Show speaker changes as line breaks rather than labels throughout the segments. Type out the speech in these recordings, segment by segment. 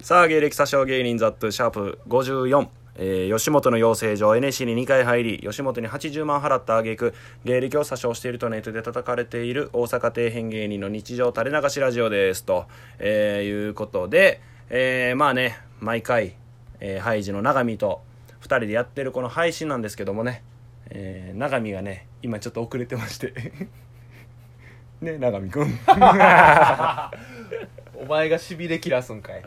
さあ芸歴詐称芸人ザットゥシャープ54、えー吉本の養成所 NSC に2回入り吉本に80万払った挙句芸歴を詐称しているとネットで叩かれている大阪底辺芸人の日常垂れ流しラジオですと、えーいうことで、えーまあね毎回、えーハイジの永見と2人でやってるこの配信なんですけどもね、えー、永見がね今ちょっと遅れてまして ね永見くん
お前がしびれ切らすんかい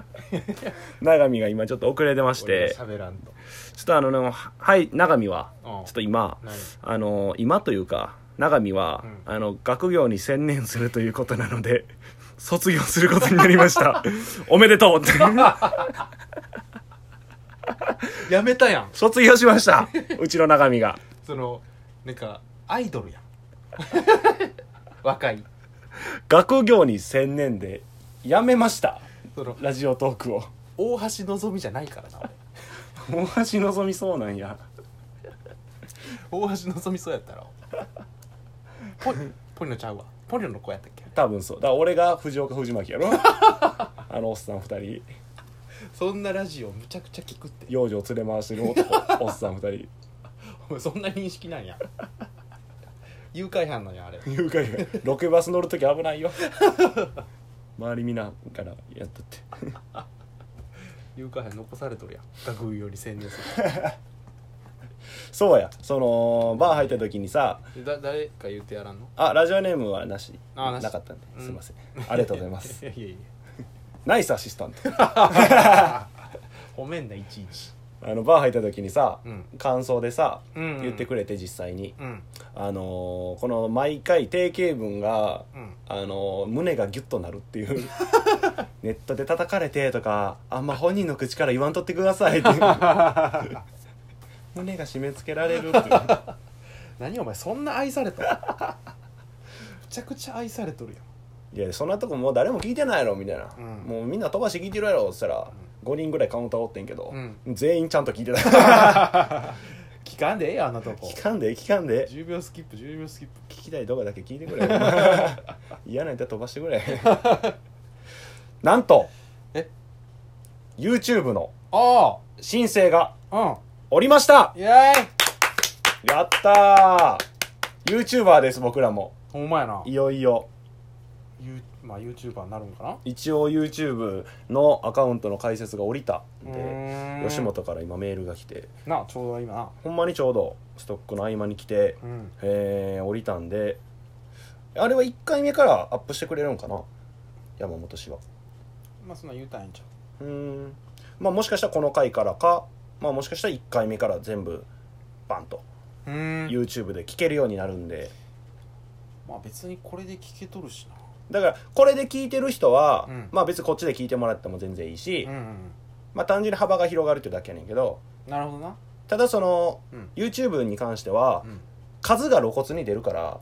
永見が今ちょっと遅れてまして
俺が喋らんと
ちょっとあのね、はい、永見は、ち
う
ょ
ん
っと今、
何
あの、今というか、永見は、
う
あの、学業に専念するということなので、 卒業することになりました。 おめでとう
やめたやん
卒業しましたうちの永見が。
そのなんかアイドルやん 若い
学業に専念で、やめました。
その
ラジオトークを。
大橋のぞみじゃないからな俺
大橋のぞみそうなんや。
大橋のぞみそうやったろポリポリのちゃうわポリの子やったっけ
多分そう。だから俺が藤岡藤巻や ろあのおっさん二人。
そんなラジオむちゃくちゃ聞くって
幼女を連れ回してる男、おっさん二人。
お前そんな認識なんや誘拐犯なんやあれ
誘拐がロケバス乗る時危ないよ周り見なからやっとって
誘拐犯残されとるやん学業に専念す
そうやそのバー入った時にさ
るだ誰か言ってやらんの
あラジオネームはなし
あなし
かったんで
うん
すいません、ありがとうございます
いやいやいや
ナイスアシスタント
褒めんないちいち
あのバー入った時にさ、
うん
感想でさ、
うんうん
言ってくれて実際に、
うん
あのーこの毎回定型文が、
うん
あのー胸がギュッとなるっていう ネットで叩かれてとかあんま本人の口から言わんとってくださいっていう 胸が締め付けられるっていう
何お前そんな愛された むちゃくちゃ愛されとるやん
いやそんなとこもう誰も聞いてないやろみたいな、
うん
もうみんな飛ばして聞いてるやろっつったら、5人ぐらいカウンターおってんけど、
う
全員ちゃんと聞いて た
聞かんでええやんあんなとこ
聞かんで聞かんで
10秒スキップ10秒スキップ
聞きたい動画だけ聞いてく れ嫌なやつは飛ばしてくれなんと
え
YouTube の
あ
申請が
あ
おりました
うんイエーイ
やったー YouTuber です僕らも
ほんまやない
よいよ
ユーまあ YouTuber になるんかな
一応 YouTube のアカウントの開設が降りたん
う
で
ーん
吉本から今メールが来て
なあちょうど今な
ほんまにちょうどストックの合間に来て、
うん
えー降りたんであれは1回目からアップしてくれるんかな山本氏は
まあそんなん言うたんやんちゃ
うーんまあもしかしたらこの回からか、まあ、もしかしたら1回目から全部バンと
ううーん
YouTube で聞けるようになるんで
まあ別にこれで聞けとるしな
だからこれで聞いてる人は、
うん
まあ別にこっちで聞いてもらっても全然いいし、
うんうん
まあ単純に幅が広がるっていうだけやねんけど
なるほどな
ただその
うん
YouTube に関しては
うん
数が露骨に出るから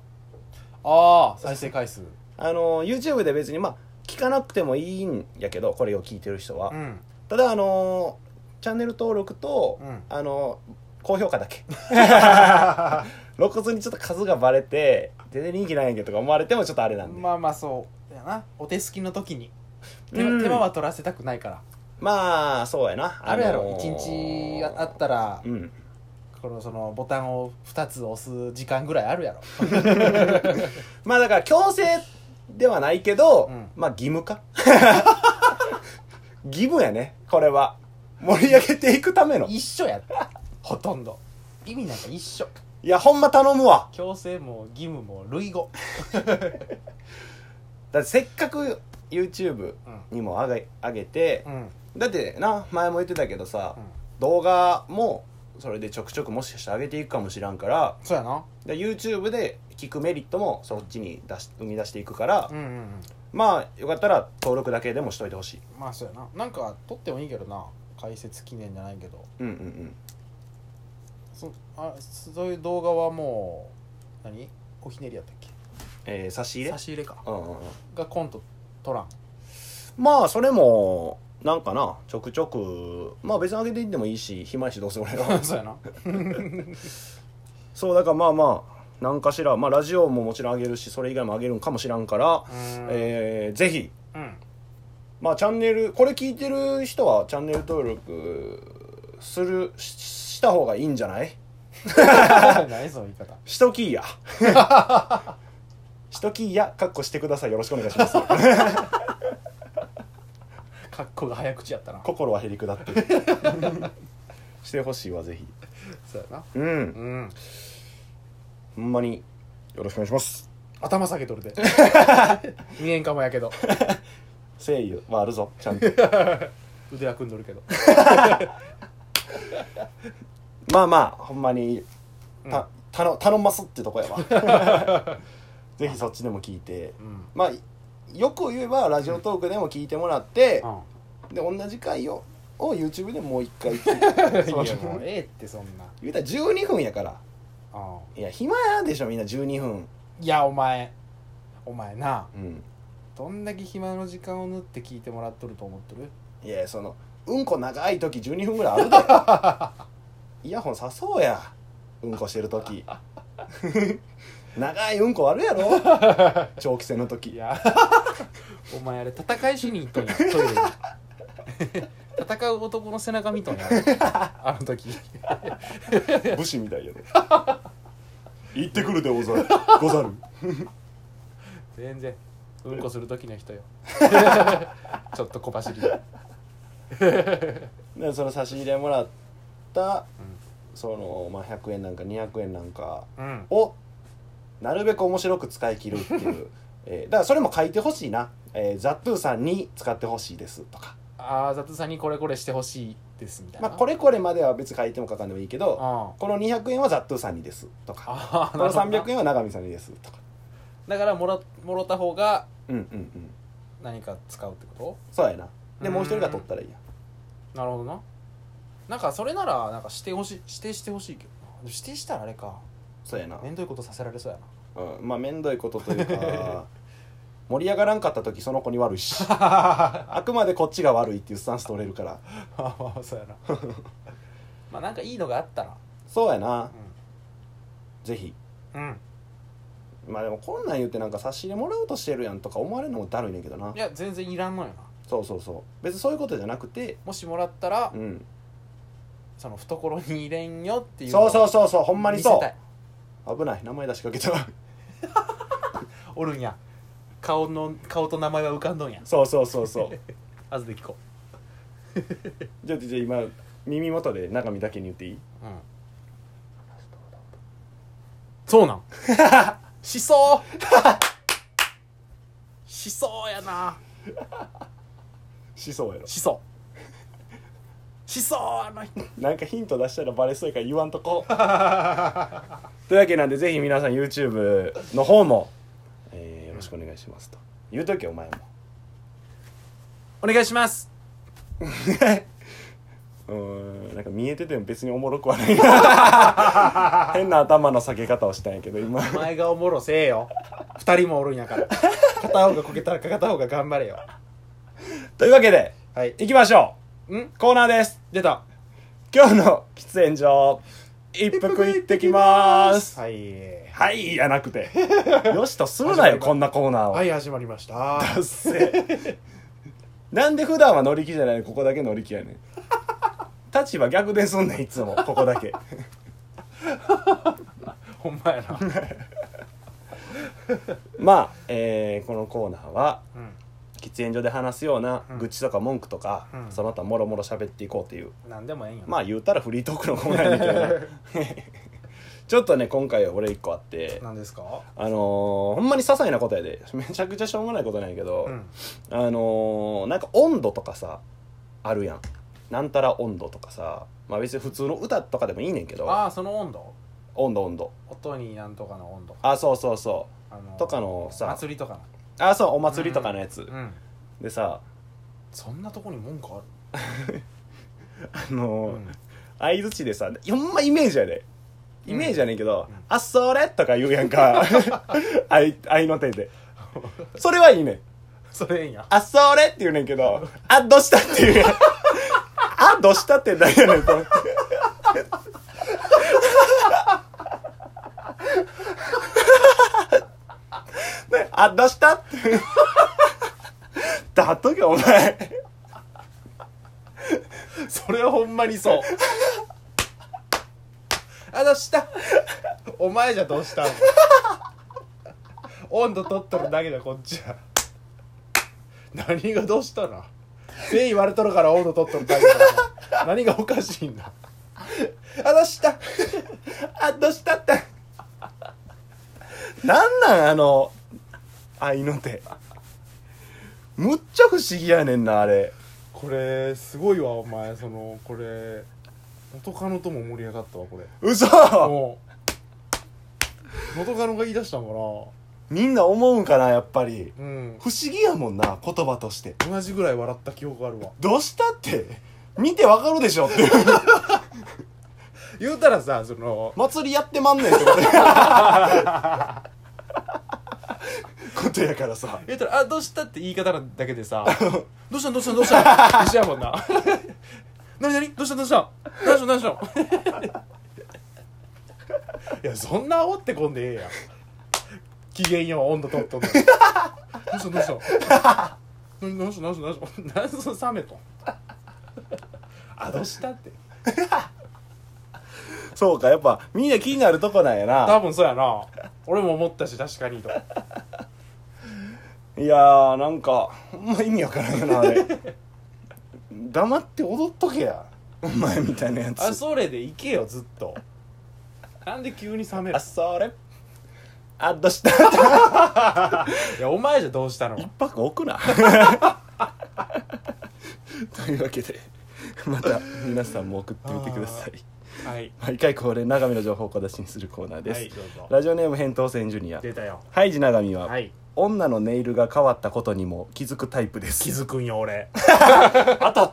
ああ再生回数
あの YouTube で別にまあ聞かなくてもいいんやけどこれを聞いてる人は、
うん
ただあのチャンネル登録と、
うん
あの高評価だ け露骨にちょっと数がバレて全然人気ないんやけどとか思われてもちょっとあれなんで、ま
まあまあそうやなお手すきの時に手
うん
間手間は取らせたくないから
あそうやな
あるやろ
の
一日ああったら
うん
このそのボタンを2つ押す時間ぐらいあるやろ
まあだから強制ではないけど、
うん
まあ義務化 義務やねこれは盛り上げていくためのい
一緒やほとんど意味なんか一緒
やほんま頼むわ
強制も義務も類語
だってせっかく YouTube
うん
にも上げ上げて
う、ん
だってな前も言ってたけどさ、
うん
動画もそれでちょくちょくもしかして上げていくかもしらんから
そうやな
で YouTube で聞くメリットもそっちに出し生み出していくから、
うんうんうん
まあよかったら登録だけでもしといてほしい
まあそうやななんか撮ってもいいけどな解説記念じゃないけど
うんうんうん
そあそういう動画はもう何おひねりやったっけ
えー差し入れ
差し入れか
うんうんうん
がコント撮らん
まあそれもなんかなちょくちょくまあ別に上げていってもいいし暇やしどうせ俺は
そうやな
そうだからまあまあ何かしらまあラジオももちろん上げるしそれ以外も上げるんかもしらんから、
うん
えーぜひ
うん
まあチャンネルこれ聞いてる人はチャンネル登録するしした方がいいんじゃない
ないぞ言い方
しときやしときやかっこしてくださいよろしくお願いします
格好が早口やったな
心はへりくだってしてほしいわぜひ
そうやな
うん
うん
ほんまによろしくお願いします
頭下げとるで 見えんかもやけど
誠意はあるぞちゃん と
腕は組んどるけど
まあまあほんまにた頼頼んますってとこやわ ぜひそっちでも聞いて
うん
まあよく言えばラジオトークでも聞いてもらって、で同じ回をを YouTube でもう一回聞い てその
いやもうええってそんな
言うたら12分やからいや暇でしょみんな12分
いやお前お前な
うん
どんだけ暇の時間を縫って聞いてもらっとると思っとる
いやそのうんこ長い時12分ぐらいあ るでイヤホンさそうやうんこしてる 時長いうんこあるやろ 長期戦の時
い やお前あれ戦いしに行っとん やトイレに戦う男の背中見と んやあの時
武士みたいやろ行ってくるでござるござる
全然うんこする時の人よ ちょっと小走りで
でその差し入れもらった、その、まあ、100円なんか200円なんか
うん
をなるべく面白く使い切るっていう、 えーだからそれも書いてほしいな、えーザットゥーさんに使ってほしいですとか、
ああザトさんにこれこれしてほしいですみたいな
まあ、これこれまでは別に書いても書かんでもいいけ
うん
ど
あ
この200円はザットゥーさんにですとか
あ
この
なるほどな
300円は永見さんにですとか
だからもらもろた方が
うんうんうん
何か使うってこ
そうやなで
うん
もう一人が取ったらいいや
となるほどななんかそれならなんかしてほしい指定してほしいけどなでも指定したらあれか
そうやな、
面倒いことさせられそうや
うん、まあ面倒いことというか 盛り上がらんかった時その子に悪い し
な
あくまでこっちが悪いっていうスタンス取れるから
まあまあそうやな まあなんかいいのがあったら
そうやなぜひ
うん、うん、
まあでもこんなん言ってなんか差し入れもらおうとしてるやんとか思われるのもだるいねんけどない
や全然いらんのよな
そうそうそう別にそういうことじゃなくて
もしもらったら、
うん
その懐に入れんよっていう
そうそううそうそうほんまに
見せ
そ
たいう
危ない名前出しかけた ら
おるんや顔の顔と名前は浮かんどんや
そうそうそう そう
あずで聞こ、
じゃあじゃあ今耳元で中身だけに言っていいう
うん、そ うなんしそうしそうやな
しそうやろ
しそうしそうあの人
なんかヒント出したらバレそうやから言わんと こというわけなんでぜひ皆さん YouTube の方も、えーよろしくお願いしますと言うときお 前も
お願いします
うーんなんか見えてても別におもろくはない 変な頭の下げ方をしたんやけど今
お前がおもろせえよ二人もおるんやから片方がこけたら片方が頑張れよ
というわけで
はい
行きましょ
ん
うコーナーです
出た
今日の喫煙所一服行ってきます
はい
はいやなくてよしとするなよこんなコーナーを、
はい始まりま した
ダッセなんで普段は乗り気じゃないのにここだけ乗り気やねん立場逆ですんねんいつもここだけ
ほんまや な、
まあ、えーこのコーナーは
う
喫煙所で話すような
うん
愚痴とか文句とか、
うん、
その他もろもろ喋っていこうというん
なんでもええんよ
まあ言うたらフリートークのコーナーみたいな ちょっとね今回は俺一個あって
なんですか
あのーほんまに些細なことやでめちゃくちゃしょうもないことなんやけど、
うん
あのーなんか温度とかさあるやんなんたら温度とかさまあ別に普通の歌とかでもいいねんけど
ああその温度
温度温度
音になんとかの温度
あそうそうそ
あの
うとかのさ
祭りとか
あそうお祭りとかのやつ、
のうん
でさ
そんなとこに文句ある
あのー
うん
相づちでさほんまイメージやでイメージやねんけど「
うん
あそれ!」とか言うやん か愛愛の手でそれはいいねん
それええんや
あ、それって言うねんけど、あ、どうしたって言うやん。あ、どうしたって何やねん、これ。ね、あ、どうしたって。って貼っとけよお前
それはほんまにそうあどうしたお前じゃどうしたん温度取っとるだけだこっちは何がどうしたな全員言われとるから温度取っとるだけだ何がおかしいんだあどうしたあどうしたって
なんなんあの愛の手むっちゃ不思議やねんなあれ
これすごいわお前そのこれ元カノとも盛り上がったわこれ
嘘
もう元カノが言い出したんか
みんな思うんかなやっぱり
なうん
不思議やもんな言葉として
同じぐらい笑った記憶があるわ
どうしたって見てわかるでしょっていう
言うたらさその
祭りやってまんねんってことやことやからさ
言うたら「あどうした?」って言い方なだけでさ「どうしたんどうしたんどうしたん」一緒やもんな「何何どうしたんどうしたん何しょ何しょ」いやそんな煽ってこんでええやん機嫌よ温度取っとんのにどうしたんどうしたん何しょ何しょ何しょ何しょ冷めとんあどうしたって
そうかやっぱみんな気になるとこなんや
多
な
分そうやな俺も思ったし確かに と
いやーなんかほんま意味わからんよなあれ黙って踊っとけやお前みたいなやつ
あそれで行けよずっとなんで急に冷める
あそれあどうした
いやお前じゃどうしたの
一泊置くな というわけでまた皆さんも送ってみてください
はい
毎回恒例長見の情報を小出しにするコーナーです、
はいどうぞ
ラジオネーム扁桃腺ジュニア
出たよ
ハイジ長見は、
はい
女のネイルが変わったことにも気づくタイプです
気づくんよ俺
当たっ